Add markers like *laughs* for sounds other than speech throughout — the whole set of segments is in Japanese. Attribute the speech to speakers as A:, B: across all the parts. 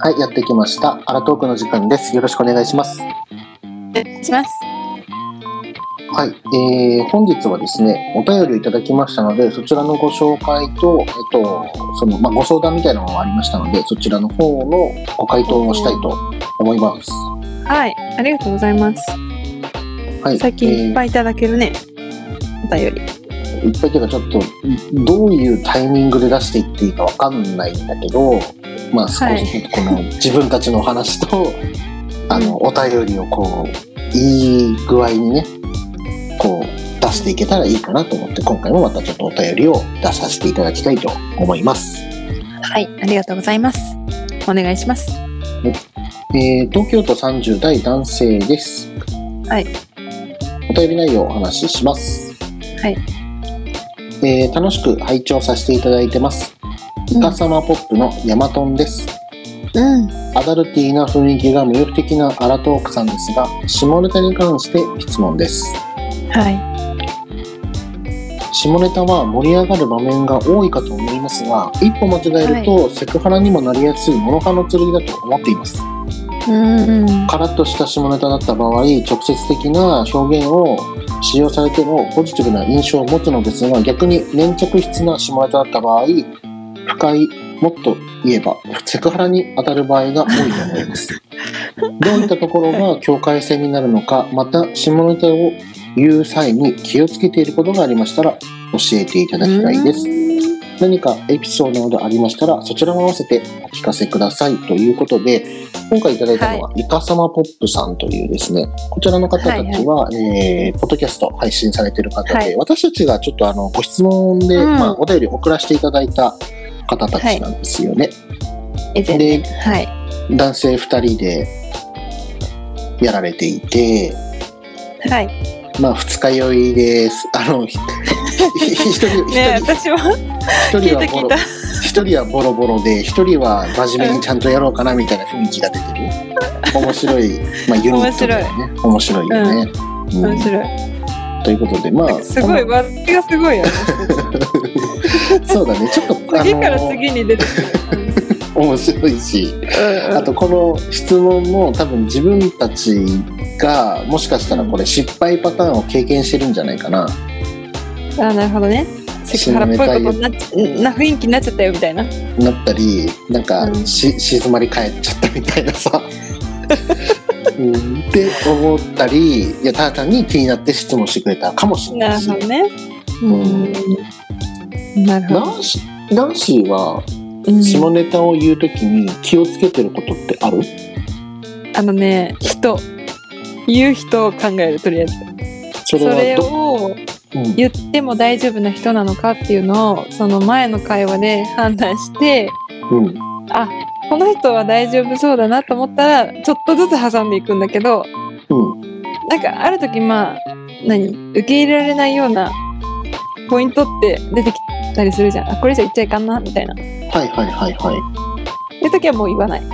A: はい、やってきました。アラトークの時間です。よろしくお願いします。
B: します。
A: はい、えー、本日はですね、お便りをいただきましたので、そちらのご紹介と、えっと、その、まあ、ご相談みたいなのがありましたので、そちらの方のご回答をしたいと思います。
B: はい、ありがとうございます。
A: はい、
B: 最近いっぱ
A: い。
B: いいただけるね。お便り。
A: えーいっぱいというか、ちょっと、どういうタイミングで出していっていいかわかんないんだけど、まあ、少
B: はい
A: しずつこの、自分たちのお話と、あの、お便りをこう、いい具合にね、こう、出していけたらいいかなと思って、今回もまたちょっとお便りを出させていただきたいと思います。
B: はい、ありがとうございます。お願いします。
A: えー東京都30代男性です。
B: はい。
A: お便り内容をお話しします。
B: はい。
A: えー楽しく拝聴させていただいてます。イカサマポップのヤマトンです。
B: うん、
A: アダルティーな雰囲気が魅力的なアラトークさんですが、下ネタに関して質問です。
B: は
A: 下ネタは盛り上がる場面が多いかと思いますが一歩間違えるとセクハラにもなりやすいモノハの剣だと思っています
B: い。うん、うん。
A: カラッとした下ネタだった場合直接的な表現を使用されてもポジティブな印象を持つのですが逆に粘着質な下ネタだった場合不快もっと言えばセクハラに当たる場合が多いと思いますどういったところが境界線になるのかまた下ネタを言う際に気をつけていることがありましたら教えていただきたいです何かエピソードなどありましたらそちらも合わせてお聞かせくださいということで今回いただいたのは、イカサマポップさんというですねこちらの方たちは、えーポッドキャスト配信されている方で、
B: はい
A: 私たちがちょっとあのご質問で、
B: うん
A: まあ、お便りを送らせていただいた方たちなんですよね、
B: 以前ね。はい。
A: 男性2人でやられていて
B: はい。
A: まあ二日酔いですあのひ一人一
B: *laughs* ねえ、
A: 人
B: 私も
A: 一
B: 聞い
A: 人
B: た
A: は
B: 聞
A: ボ
B: い
A: ロ
B: た。
A: 一人はボロボロで一人は真面目にちゃんとやろうかなみたいな雰囲気が出てる面白い、まあ、ユニットだよね面白いよね、うん
B: 面白い。
A: ということでま
B: なん
A: あ
B: かすごい、
A: こ
B: 割りがすごいよね。 *laughs*
A: のそうだねちょっと
B: 次から
A: あの
B: 次に出てくる。
A: 面白いし
B: うん
A: あとこの質問も多分自分たちがもしかしたらこれ失敗パターンを経験してるんじゃないかな
B: うん、あ、なるほどね。セクハラっぽいことになっちゃな雰囲気になっちゃったよみたいな。
A: なったりなんか
B: うん
A: し、静まり返っちゃったみたいな
B: *laughs*
A: さうんって思ったりいやただ単に気になって質問してくれたかもしれ
B: な
A: ない
B: る
A: し
B: ほどね。うん。なるほど。
A: 男子男子は
B: うん
A: 下ネタを言うときに気をつけてることってある、
B: あのね、人。言う人を考える、とりあえず。
A: そ
B: そ
A: れ
B: れ
A: はど
B: を
A: うん
B: 言っても大丈夫な人なのかっていうのを、その前の会話で判断して、
A: うん
B: あ、この人は大丈夫そうだなと思ったら、ちょっとずつ挟んでいくんだけど、
A: うん
B: なんかある時まあ、何受け入れられないようなポイントって出てきたりするじゃん。あ、これじゃ言っちゃいかんな、みたいな。
A: はいはいはいは
B: いう時はもう言わない。
A: い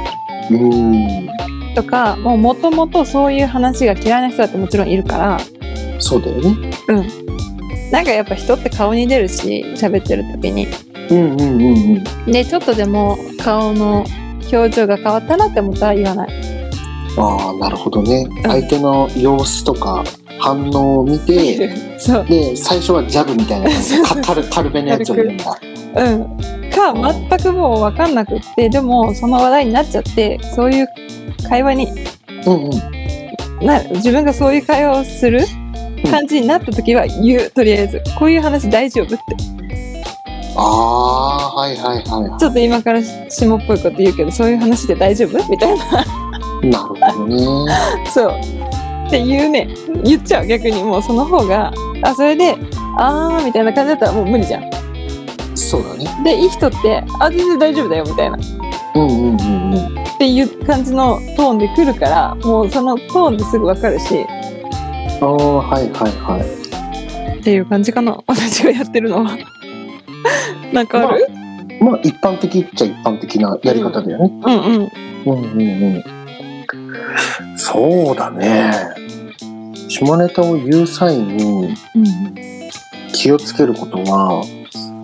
A: うーん
B: とか、もうもともとそういう話が嫌いな人だってもちろんいるから、
A: そうだよね
B: なんかやっぱ人って顔に出るし喋ってる時に
A: うんうんうんうん
B: でちょっとでも顔の表情が変わったなって思ったら言わない
A: ああなるほどね
B: ん
A: 相手の様子とか反応を見
B: *laughs*
A: て
B: そう
A: で最初はジャブみたい
B: *laughs*
A: な感じでか軽軽めのやつを入れるんだ
B: うんか全くもう分かんなくってでもその話題になっちゃってそういう会話に
A: うんうん
B: な自分がそういう会話をする感じになった時は言うとりあえずこういう話大丈夫って
A: ああーはいはいはいは
B: ちょっと今から下っぽいこと言うけどそういう話で大丈夫みたいない
A: なるほどね
B: そう。って言うね。言っちゃう逆にもうその方が、あ、それで、あーみたいな感じだったらもう無理じゃん。
A: そうだね
B: で、いい人って、あ、全然大丈夫だよみたいな。っ
A: うんうんうんうん
B: ていう感じのトーンで来るから、もうそのトーンですぐわかるし、
A: ああはいはいはい
B: っていう感じかな。 *laughs* 私がやってる *laughs* のは。なんかある、
A: まあ一般的っちゃ一般的なやり方だよね、
B: うんうん。
A: うんうんうん。そうだね。下ネタを言う際に気をつけることは、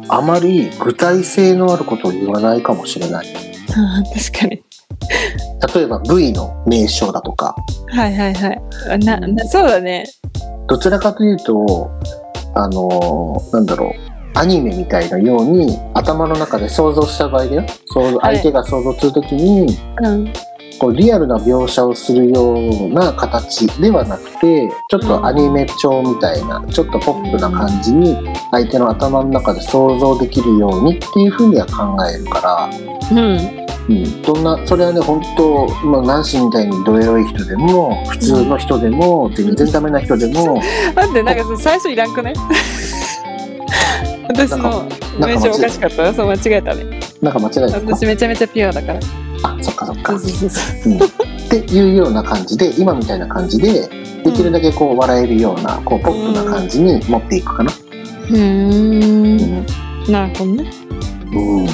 A: あまり具体性のあることを言わないかもしれない。
B: *laughs* あー確かに。
A: 例えば部位の名称だとか、
B: はいはいはいあななそうだね
A: どちらかというと、あのーなんだろう、アニメみたいなように頭の中で想像した場合だよ。想像
B: はい
A: 相手が想像するときに、
B: うん
A: こうリアルな描写をするような形ではなくてちょっとアニメ調みたいなちょっとポップな感じに相手の頭の中で想像できるようにっていうふうには考えるから、
B: うん
A: うん、どんなそれはね本当まあナンシーみたいにどエロい人でも普通の人でも全然ダメな人
B: *laughs*
A: でも
B: 待ってなんかさ最初いらん *laughs* くない私の
A: なん
B: 名
A: か間
B: 称お
A: 違
B: か
A: え
B: しかったそう間違えたね
A: なんか間違えたか
B: 私めちゃめちゃピュアだから
A: あそっかそっか。
B: そう
A: っ
B: そうそう
A: ていうような感じで今みたいな感じでできるだけこう笑えるようなこうポップな感じに持っていくかな。
B: う
C: 嗯
A: うんん
B: なるほどね
A: うん、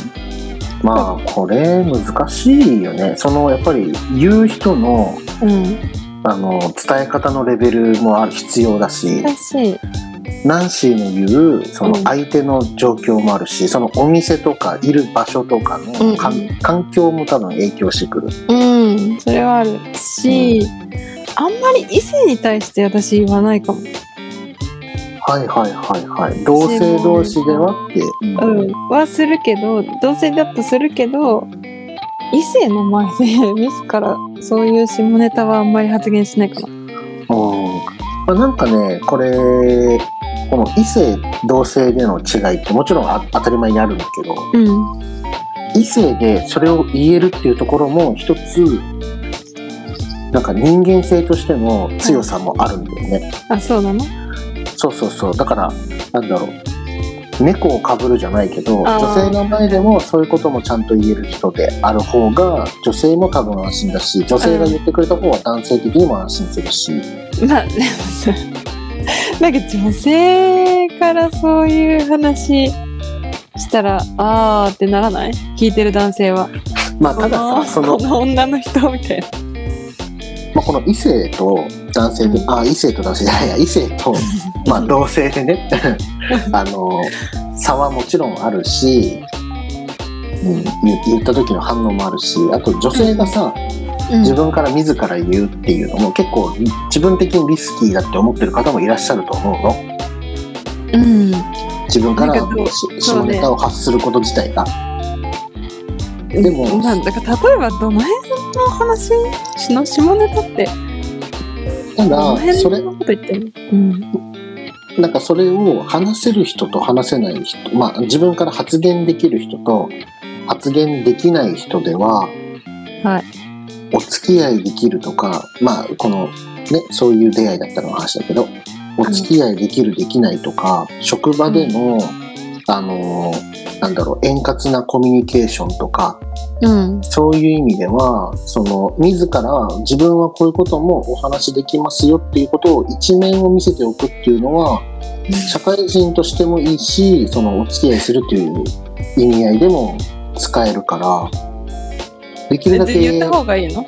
A: まあこれ難しいよねそのやっぱり言う人の
B: うん
A: あの伝え方のレベルもある必要だし、
B: 難しい
A: ナンシーの言うその
B: うん
A: 相手の状況もあるしそのお店とかいる場所とか
B: うんう
A: の、
B: ん
A: かん環境も多分影響してくる。
C: 嗯
B: うんそれはあるし、あんまり異性に対して私言わないかも
A: はいはいはいはい同性同士ではって、うん
B: うん、はするけど同性だとするけど異性の前で *laughs* 自らそういう下ネタはあんまり発言しないかな
A: うんまあ、なんかねこれこの異性同性での違いってもちろんあ当たり前にあるんだけど、
B: うん
A: 異性でそれを言えるっていうところも一つなんか人間性としての強さもあるんだよね、
B: あそうなの
A: そうそうそうだからなんだろう猫をかぶるじゃないけど
B: あー
A: 女性の前でもそういうこともちゃんと言える人である方が女性も多分安心だし女性が言ってくれた方は男性的にも安心するし、
B: まあでもさ *laughs* なんか女性からそういう話したらあーってならない聞いてる男性は
A: まあたださその
B: この女の人みたいな
A: まあ、この異性と男性で、
B: うん
A: あ異性と男性じゃないや異性
B: *laughs*
A: とまあ同性でね *laughs* あの差はもちろんあるし、うん、言言った時の反応もあるしあと女性がさ、
C: 嗯
A: 自分から自ら言うっていうのも結構自分的にリスキーだって思ってる方もいらっしゃると思うの
B: うん、
A: 自分から
B: なんかどう
A: し
B: そ
A: 下
B: うね
A: ネタを発すること自体が。でも
B: うん、なんだか例えばどの辺の話の下ネタって
A: た
B: どの
A: だそれ
B: 辺のこと言ってるうん
A: なんかそれを話せる人と話せない人、まあ、自分から発言できる人と発言できない人では、
B: はい
A: お付き合いできるとか、まあ、この、ね、そういう出会いだったの話だけどお付き合いできるできないとか職場での、あのーなんだろう円滑なコミュニケーションとか
B: うん、
A: そういう意味ではその自ら自分はこういうこともお話しできますよっていうことを一面を見せておくっていうのは社会人としてもいいしそのお付き合いするという意味合いでも使えるからできるだけ
B: 言った方がいいの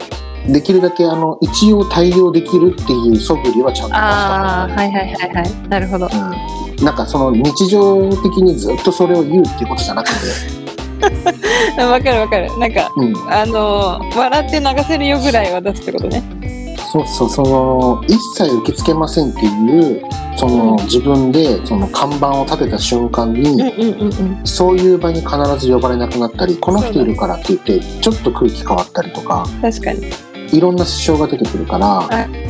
A: できるだけあの一応対応できるっていう素振りはちゃんと出した
B: あ
A: 方
B: あ
A: がいい
B: はいはいはいはいなるほど
A: うん、なんかその日常的にずっとそれを言うっていうことじゃなくて、
B: わかるわかるなんか
A: うん、
B: あのー笑って流せるよぐらいは出すってことね
A: そうそうその一切受け付けませんっていうその、
B: うん
A: 自分でその看板を立てた瞬間に、
B: うんうんうん
A: そういう場に必ず呼ばれなくなったりこの人いるからって言ってちょっと空気変わったりとか
B: 確かに
A: いろんな支障が出てくるから、
B: うん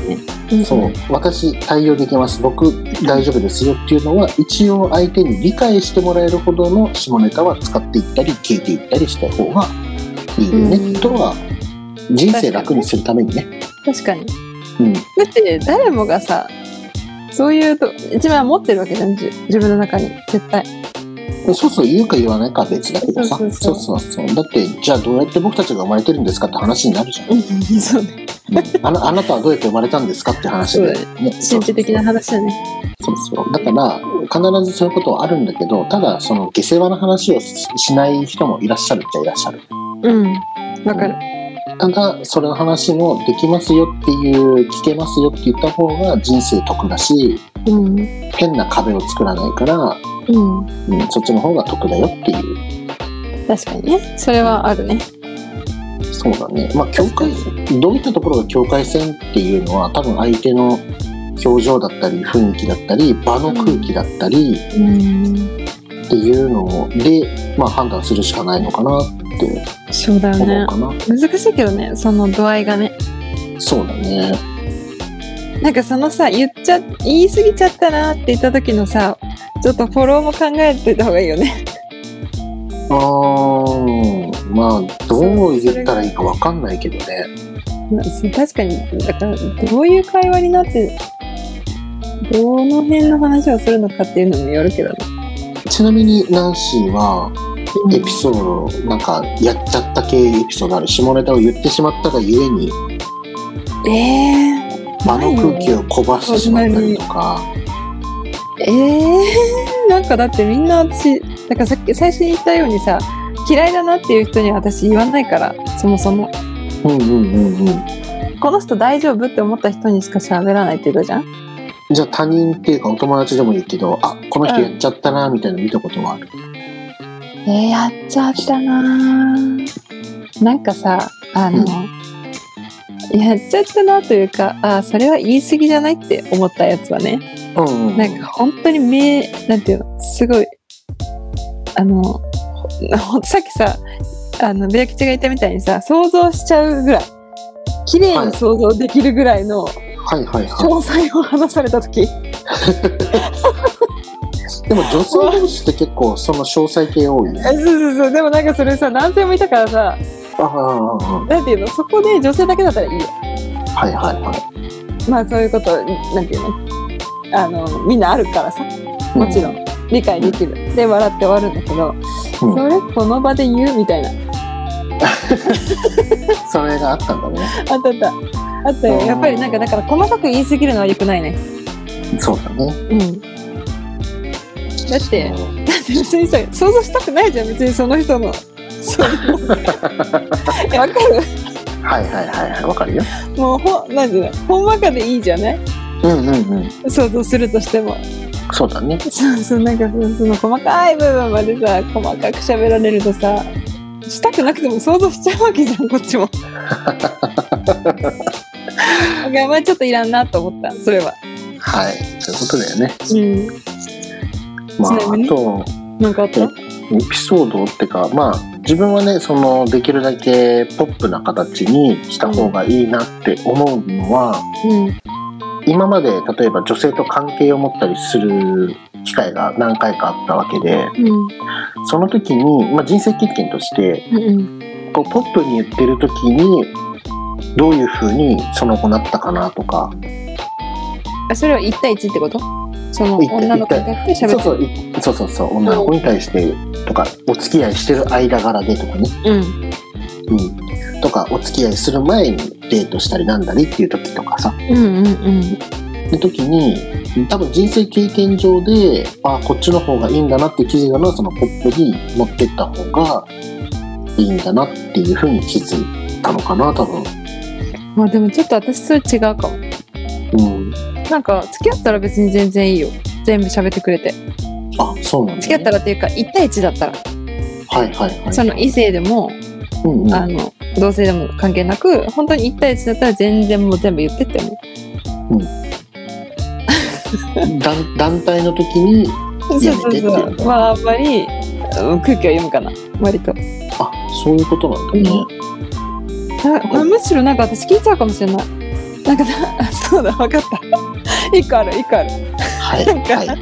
A: そう私対応できます僕大丈夫ですよっていうのは一応相手に理解してもらえるほどの下ネタは使っていったり聞いていったりした方がいいよね、
B: うん
A: とは人生楽にするためにね。
B: 確かにだ
A: うん
B: って誰もがさそういうと一番持ってるわけじゃん自自分の中に絶対
A: そうそう言うか言わないかは別だけどさ
B: そ
A: そうう
B: そ
A: そうう
B: そ
A: そうだってじゃあどうやって僕たちが生まれてるんですかって話になるじゃん、
B: そうね
A: うんあなあなたはどうやって生まれたんですかって話で、ね、
B: 神秘的な話だね
A: そうそうだから必ずそういうことはあるんだけどただその下世話な話をししない人もいらっしゃるっちゃいらっしゃる
B: うんわかる
A: ただそれの話もできますよっていう聞けますよって言った方が人生得だし
B: うん
A: 変な壁を作らないから、
B: うん
A: うん、そっちの方が得だよっていう
B: 確かにねそれはあるね
A: そうだね。まあ、境界線、どういったところが境界線っていうのは、多分相手の表情だったり、雰囲気だったり、場の空気だったり
B: うん
A: っていうので、まあ、判断するしかないのかなって
B: そうだよ
A: 思
B: ね
A: うかな。
B: 難しいけどねその度合いがね
A: そうだね。
B: なんかそのさ言っちゃ言い過ぎちゃったなって言った時のさちょっとフォローも考えてた方がいいよね *laughs*
A: あー、まあ、どう言ったらいいかわかんないけどね。
B: まあそう確かにだからどういう会話になってどの辺の話をするのかっていうのもよるけどね、
A: ちなみに、ナンシーは、エピソード、なんか、やっちゃった系エピソードある。下ネタを言ってしまったがゆえに、
B: えー、
A: 場の空気
B: を
A: をこばしてしまったりとか、
B: えー、なんかだってみんな私だからさっき最初に言ったようにさ嫌いだなっていう人には私言わないからそもそも
A: うんうんうんうん。
B: この人大丈夫って思った人にしか喋らないって言ったじゃん
A: じゃあ他人っていうかお友達でもいいけど、あ、この人やっちゃったな、みたいなの見たことはある。
B: えー、やっちゃったなーなんかさあの、やっちゃったなというかあーそれは言い過ぎじゃないって思ったやつはね
A: うんうん。
B: なんか本当に名なんていうのすごいあのほほさっきさあのベア吉が言ったみたいにさ想像しちゃうぐらい綺麗に想像できるぐらいの
A: はいはいは
B: 詳細を話された時、
A: い。でも女性同士って結構その詳細系多いね。
B: あそうそうそうでもなんかそれさ男性もいたからさ
A: ああ、は
B: なんていうのそこで女性だけだったらいいよ
A: いはいは
B: まあそういうことなんていうのあのみんなあるからさ
A: い。
B: もちろん理解できる、で笑って終わるんだけど、
A: うん
B: それこの場で言うみたいな
A: それがあったんだね。
B: あったあったあったよ
A: うん
B: やっぱりなんかだから細かく言い過ぎるのは良くないね
A: そうだね。
B: うんだってだって別にさ想像したくないじゃん別にその *laughs* 人のそういやわかる
A: はいはいはいはい。わかるよ。
B: もうほなんていうのほんわかでいいじゃない
A: うんうんうん。
B: 想像するとしても
A: そうだね。
B: そうそうなんかそその細かい部分までさ細かく喋られるとさしたくなくても想像しちゃうわけじゃんこっち *laughs* も。だからまあちょっといらんなと思ったそれは。
A: はい。そういうことだよね。
B: うん。
A: まあ、
B: ちなみ
A: あ
B: に
A: と、
B: なんかあった？
A: エピソードってかまあ自分はねそのできるだけポップな形にした方がいいなって思うのは、
B: うん。
A: 今まで例えば女性と関係を持ったりする機会が何回かあったわけで
B: うん。
A: その時に、まあ、人生経験として
B: うん。
A: こうポップに言ってる時にどういう風にその子なったかなとか
B: あそれは一対一ってこと？その
A: 一対一
B: 女の子だけ
A: そう
B: 喋って
A: そういそうそうそう女の子に対してとかお付き合いしてる間柄でとかね
B: る。うん。
A: うん、とかお付き合いする前にデートしたりなんだりっていう時とかさ
B: うんうんうん。
A: で時に多分人生経験上であこっちの方がいいんだなって記事がのはそのポップに持ってった方がいいんだなっていうふうに気づいたのかな多分、
B: まあでもちょっと私それ違うかも。
A: うん、
B: なんか付き合ったら別に全然いいよ。全部喋ってくれて。
A: あそうなんだ、ね、
B: 付き合ったらっていうか一対一だったら
A: はいはいはい
B: その異性でも。
A: うんうん、
B: あの同性でも関係なく本当に1対1だったら全然もう全部言ってっても
A: 団団体の時に
B: そう
A: や
B: そ
A: めてって
B: う
A: いう
B: そうまああんまりうん空気を読むかな割と
A: あそういうことなんだね、
B: なこれむしろなんか私聞いちゃうかもしれないなんかな *laughs* そうだ分かった一個ある一個ある
A: はい
B: なんか
A: はい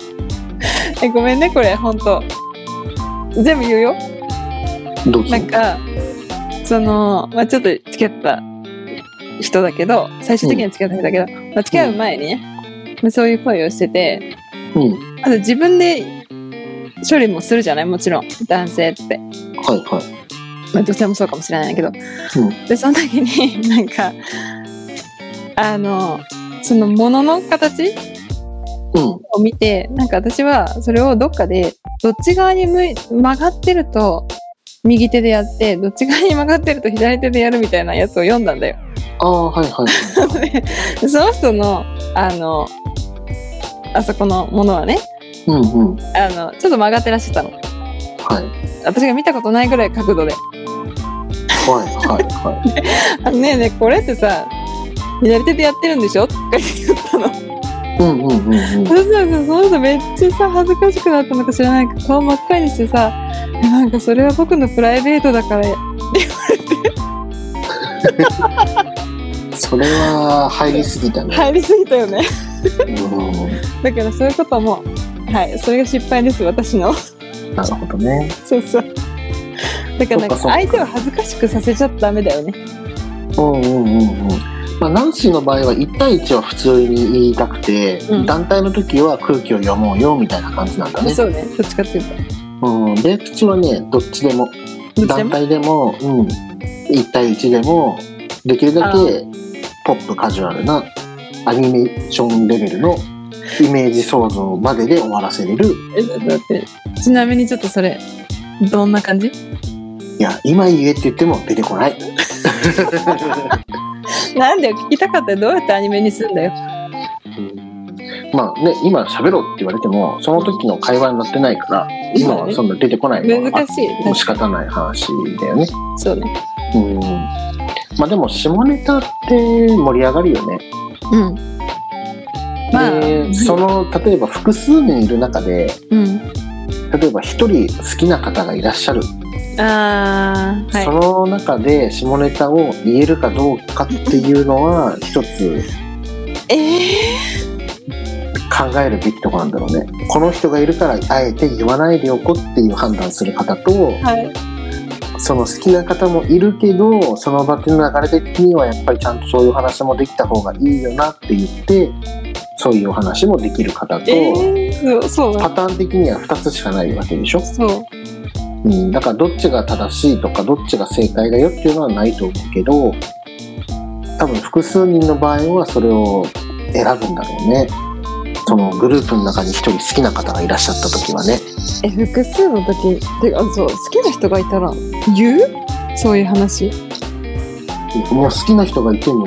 B: えごめんねこれ本当全部言うよ
A: どうぞ
B: なんかその、まあ、ちょっと付き合った人だけど最終的には付き合った人だけど、まあ、付き合う前にね、まあそういう声をしてて
A: うん
B: あと自分で処理もするじゃないもちろん男性って、
A: はいはい
B: まあ、女性もそうかもしれないけど、
A: ん
B: でその時になんかあのそのものの形
A: うん
B: を見てなんか私はそれをどっかでどっち側に向い曲がってると右手でやってどっち側に曲がってると左手でやるみたいなやつを読んだんだよ。
A: ああはいはいはい
B: でその人のあのあそこのものはね
A: うんうん
B: あのちょっと曲がってらっしゃったの
A: はい
B: 私が見たことないぐらい角度で
A: はいはいはい。
B: あのねえねえこれってさ左手でやってるんでしょとか言ったの
A: うんうんうんうん。
B: そしたらさその人めっちゃさ恥ずかしくなったのか知らないけど顔真っ赤にしてさ「えなんかそれは僕のプライベートだから」
A: それは入りすぎたね。
B: 入りすぎたよね
A: う
B: だからそういうことはもうはいそれが失敗です私の
A: ん。
B: *laughs*
A: なるほどね。
B: そうそうだからなんか
A: そっかそっか
B: 相手を恥ずかしくさせちゃダメだよね
A: うんうんうんうん。まあ、ナンシーの場合は1対1は普通に言いたくて、
B: うん
A: 団体の時は空気を読もうよみたいな感じなんだね。
B: そうねどっちかっていうと
A: うん。米吉はね、どっちでも、
B: どっちで
A: 団
B: も
A: 体でも、うん、1対1でも、できるだ
B: あ
A: けポップカジュアルなアニメーションレベルのイメージ想像までで終わらせれる。
B: えちょっと待ってちなみにちょっとそれどんな感じ
A: いや、今言えって言っても出てこない。
B: なんだよ聞きたかったよどうやってアニメにするんだよ
A: まあね、今喋ろうって言われても、その時の会話になってないから、今はそんな出てこないのが
B: 難しい
A: もう仕方ない話だよね。
B: そうね
A: うん。まあでも、下ネタって盛り上がるよね。
B: うんまあ、
A: で、その、例えば複数人いる中で、
B: うん
A: 例えば一人好きな方がいらっしゃる。
B: あー
A: そ
B: は
A: の中で下ネタを言えるかどうかっていうのは、一つ
B: いえ
A: 考えるべきとこなんだろうね。この人がいるから、あえて言わないでおこうっていう判断する方と、
B: ー、はい
A: その好きな方もいるけどその場って流れ的にはやっぱりちゃんとそういうお話もできた方がいいよなって言ってそういうお話もできる方と、
B: えー、そうそう
A: パ
B: だ
A: ターン的には2つしかないわけでしょ、
B: そう
A: うん、だからどっちが正しいとかどっちが正解だよっていうのはないと思うけど多分複数人の場合はそれを選ぶんだろうねそのグループの中に1人好きな方がいらっしゃった時はね
B: え複数の時てかそう好きな人がいたら言うそういう話
A: もう好きな人がいても、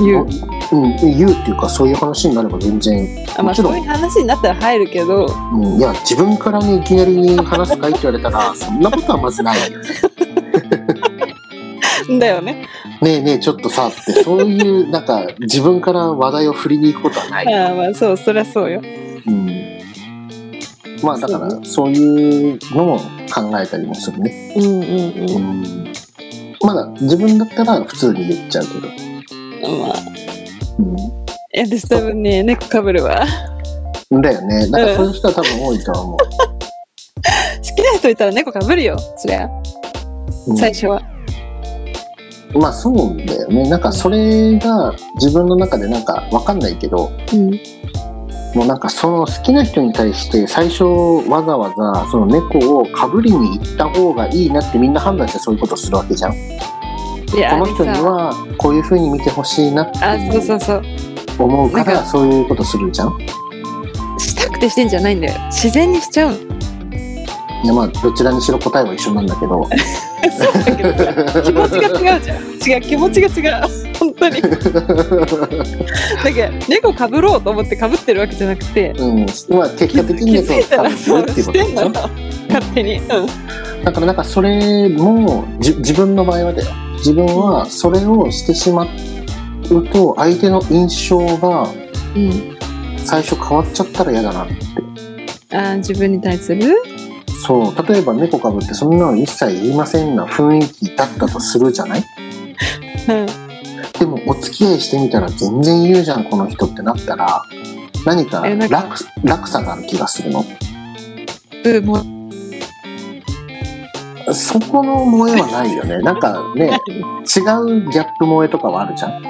B: 言う
A: うん、言うっていうかそういう話になれば全然
B: あ、ま
A: も
B: あ、
A: ちろ
B: そ
A: ん
B: ういう話になったら入るけど
A: うんいや自分からねいきなり話すかいって言われた *laughs* らそんなことはまずないよね。
B: だよね
A: ねえねえちょっとさってそういうなんか自分から話題を振りに行くことはな
B: あ
A: い。
B: ーまあそうそりゃそうよ
A: うんまあだか
B: そ
A: ら
B: う
A: そういうのも考えたりもするね。
B: うんうんうん
A: うんまだ自分だったら普通に言っちゃうけど。
B: まあいや私多分ね猫かぶるわ
A: うん、だよね。なんかそういう人は多分多いとは思
B: 好きな人いたら猫かぶるよそりゃ
A: う。うん
B: 最初は
A: まあそうだよね。なんかそれが自分の中でなんかわかんないけど、
B: うん
A: もうなんかその好きな人に対して最初わざわざその猫をかぶりに行った方がいいなってみんな判断してそういうことするわけじゃん。こ
B: いや
A: の人に
B: あ
A: はこういう風に見てほしいなって
B: れさあそうそうそう
A: 思うか
B: なん
A: ら
B: か
A: そういうことするじゃん。
B: したくてしてんじゃないんだよ自然にしちゃうの
A: いやまあどちらにしろ答えは一緒なんだけど。
B: そうだけどさ気持ちが違うじゃん違う気持ちが違う本当にだけど猫かぶろうと思ってかぶってるわけじゃなくて
A: うん、まあ結
B: 気
A: 果的に
B: づい
A: 猫
B: た
A: を
B: ら
A: 食べ
B: そう
A: るっていう
B: し
A: こと
B: て
A: で
B: ん
A: し
B: の
A: ょ。
B: 勝手にうん
A: だからなんかそれもじ自分の場合はだよ自分はそれをしてしまうと相手の印象が
B: うん
A: 最初変わっちゃったら嫌だな
B: あー自分に対する
A: そう例えば猫かぶってそんなの一切言いませんな雰囲気だったとするじゃない
B: うん
A: でもお付き合いしてみたら全然言うじゃんこの人ってなったら何か
B: えなんか
A: 楽楽さがある気がするの
B: ブーも
A: そこの萌えはないよねなんかね違うギャップ萌えとかはあるじゃん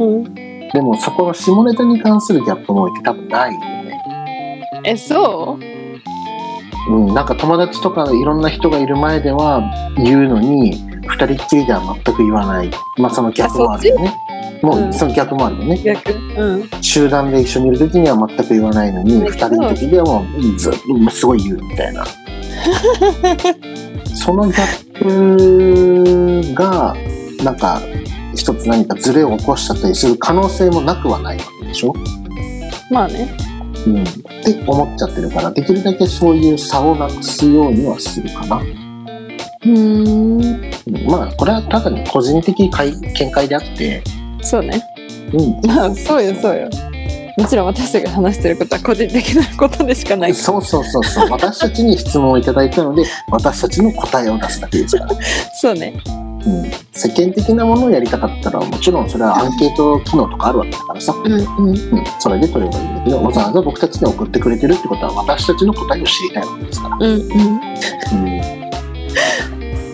B: うん
A: でもそこの下ネタに関するギャップ萌えって多分ないよね
B: えそう
A: うん、なんか友達とかいろんな人がいる前では言うのに二人っきりでは全く言わないまあそのギャップもあるよねもう、
B: うん
A: そのギャップもあるよね
B: 逆うん
A: 集団で一緒にいる時には全く言わないのに
B: だ
A: 2
B: けど
A: 人の時ではもうずっとすごい言うみたいなそのギャップがなんか一つ何かズレを起こしちゃったりする可能性もなくはないわけでしょ、
B: まあね
A: うん、って思っちゃってるからできるだけそういう差をなくすようにはするかな
B: うん。
A: まあこれはただに個人的解見解であって、
B: そうね。
A: うん、
B: まあ、そうよ、そうよ。もちろん私たちが話してることは個人的なことでしかない。
A: そうそうそうそう私たちに質問をいただいたので私たちの答えを出すだけですから、
B: そうね。
A: うん、世間的なものをやりたかったらもちろんそれはアンケート機能とかあるわけだからさ、
B: うんうん。
A: うん、それで取ればいいんだけどわざわざ僕たちに送ってくれてるってことは私たちの答えを知りたいわけですから、
B: うんう
A: うん
B: ん。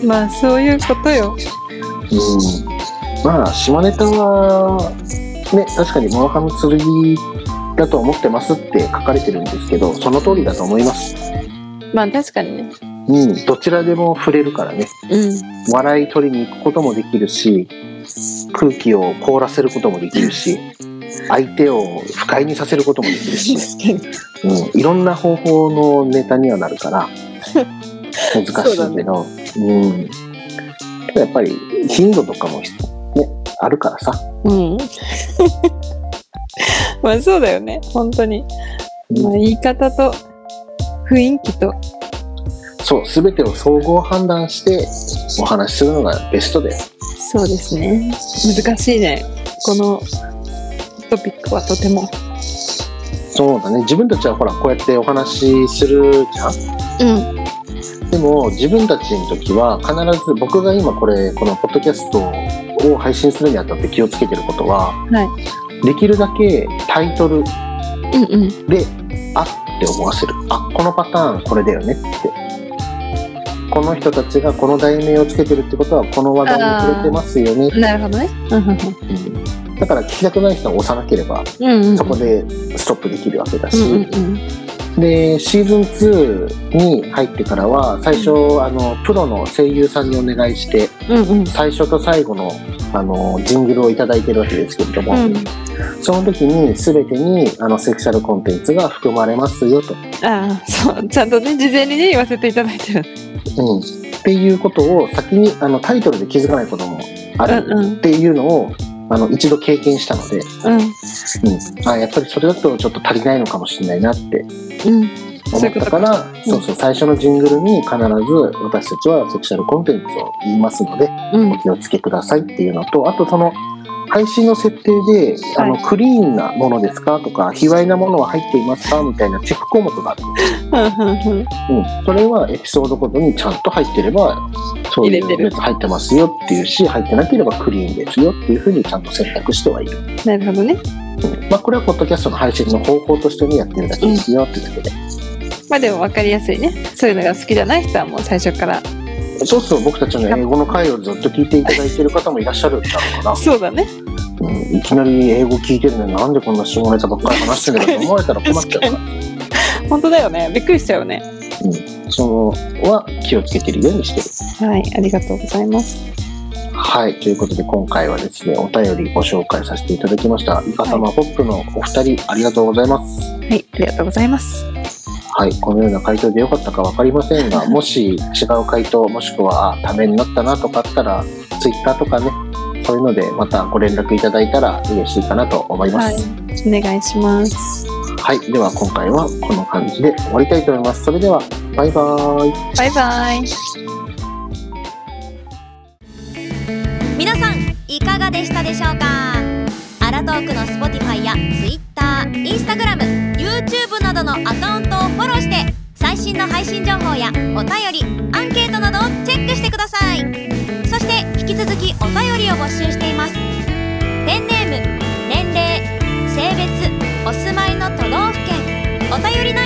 B: まあ、そういうこと
A: う
B: よ。
A: ん、まあ下ネタはね確かに村上剣だと思ってますって書かれてるんですけどその通りだと思います、
B: まあ、確かにね。
A: うん、どちらでも触れるからね
B: *laughs* うん。
A: 笑い取りに行くこともできるし空気を凍らせることもできるし相手を不快にさせることもできるし、うん、いろんな方法のネタにはなるから難しいけどうん、ただやっぱり頻度とかも、ね、あるからさ
B: うん。 *laughs* まあ、そうだよね。本当に。まあ、言い方と雰囲気と。
A: そう、すべてを総合判断してお話しするのがベストです。
B: そうですね。難しいね。このトピックはとても。
A: そうだね。自分たちはほら、こうやってお話しするじゃん。
B: うん。
A: でも、自分たちの時は、必ず僕が今これ、このポッドキャストを配信するにあたって気をつけてることは、
B: はい
A: できるだけタイトル
B: うんうん。
A: で、あって思わせる。あ、このパターンこれだよねって。この人たちがこの題名をつけてるってことは、この話題に触れてますよね。
B: なるほどね。う
A: うんだから聞きたくない人は押さなければ
B: んうん。うん
A: そこでストップできるわけだし、
B: うんうん
A: でシーズン2に入ってからは最初、あのプロの声優さんにお願いして
B: うん。うんうん。
A: 最初と最後のあのジングルを頂いただいてるわけですけれども、
B: うん
A: その時に全てにあのセクシャルコンテンツが含まれますよと、
B: ああ、そう、ちゃんとね、事前にね、言わせていただいてる。
A: うん、っていうことを先にあのタイトルで気づかないこともあ
B: うんう
A: る
B: ん
A: っていうのを、あの一度経験したので、
B: う
A: うん、あやっぱりそれだとちょっと足りないのかもしれないなって
B: ん。うん。
A: 思ったから
B: そういうことか
A: そうそう最初のジングルに必ず私たちはセクシャルコンテンツを言いますので
B: うん
A: お。気をつけくださいっていうのとあとその配信の設定で、あの
B: は
A: クリーンなものですかとか卑猥なものは入っていますかみたいなチェック項目がある、
B: うん。うん。
A: うん、それはエピソードごとにちゃんと入ってればそうい
B: 入れて
A: う
B: る
A: やつ入ってますよっていうし入ってなければクリーンですよっていうふうにちゃんと選択してはいる、
B: なるほどね。
A: うんまあ、これはポッドキャストの配信の方法としてねやってるだけですよってだけで。
B: まあでも分かりやすいね。そういうのが好きじゃない人はもう最初から。
A: そうそう僕たちの英語の回をずっと聞いていただいてる方もいらっしゃるんだろうか
B: そうだね。
A: な、うん、いきなり英語聞いてるのになんでこんな下ネタばっかり話してるのかと思われたら困っちゃうか
B: 本当だよね。びっくりしちゃうね。
A: らそのは気をつけてるようにしてる
B: はい。ありがとうございます。
A: はいということで今回はですねお便りご紹介させていただきましたイカ様ポップのお二人ありがとうございます
B: はい。ありがとうございます。
A: はいこのような回答でよかったか分かりませんがもし違う回答もしくはあためになったなとかあったらツイッターとかねそういうのでまたご連絡いただいたら嬉しいかなと思います、
B: はい。お願いします。
A: はい、では今回はこの感じで終わりたいと思います。それでは、バイバーイ。
B: バイバイ。
C: 皆さんいかがでしたでしょうかアラトークの Spotify や TwitterInstagramYouTube などのアカウントをフォローして最新の配信情報やお便りアンケートなどをチェックしてくださいそして引き続きお便りを募集していますペンネーム年齢性別お住まいの都道府県お便り内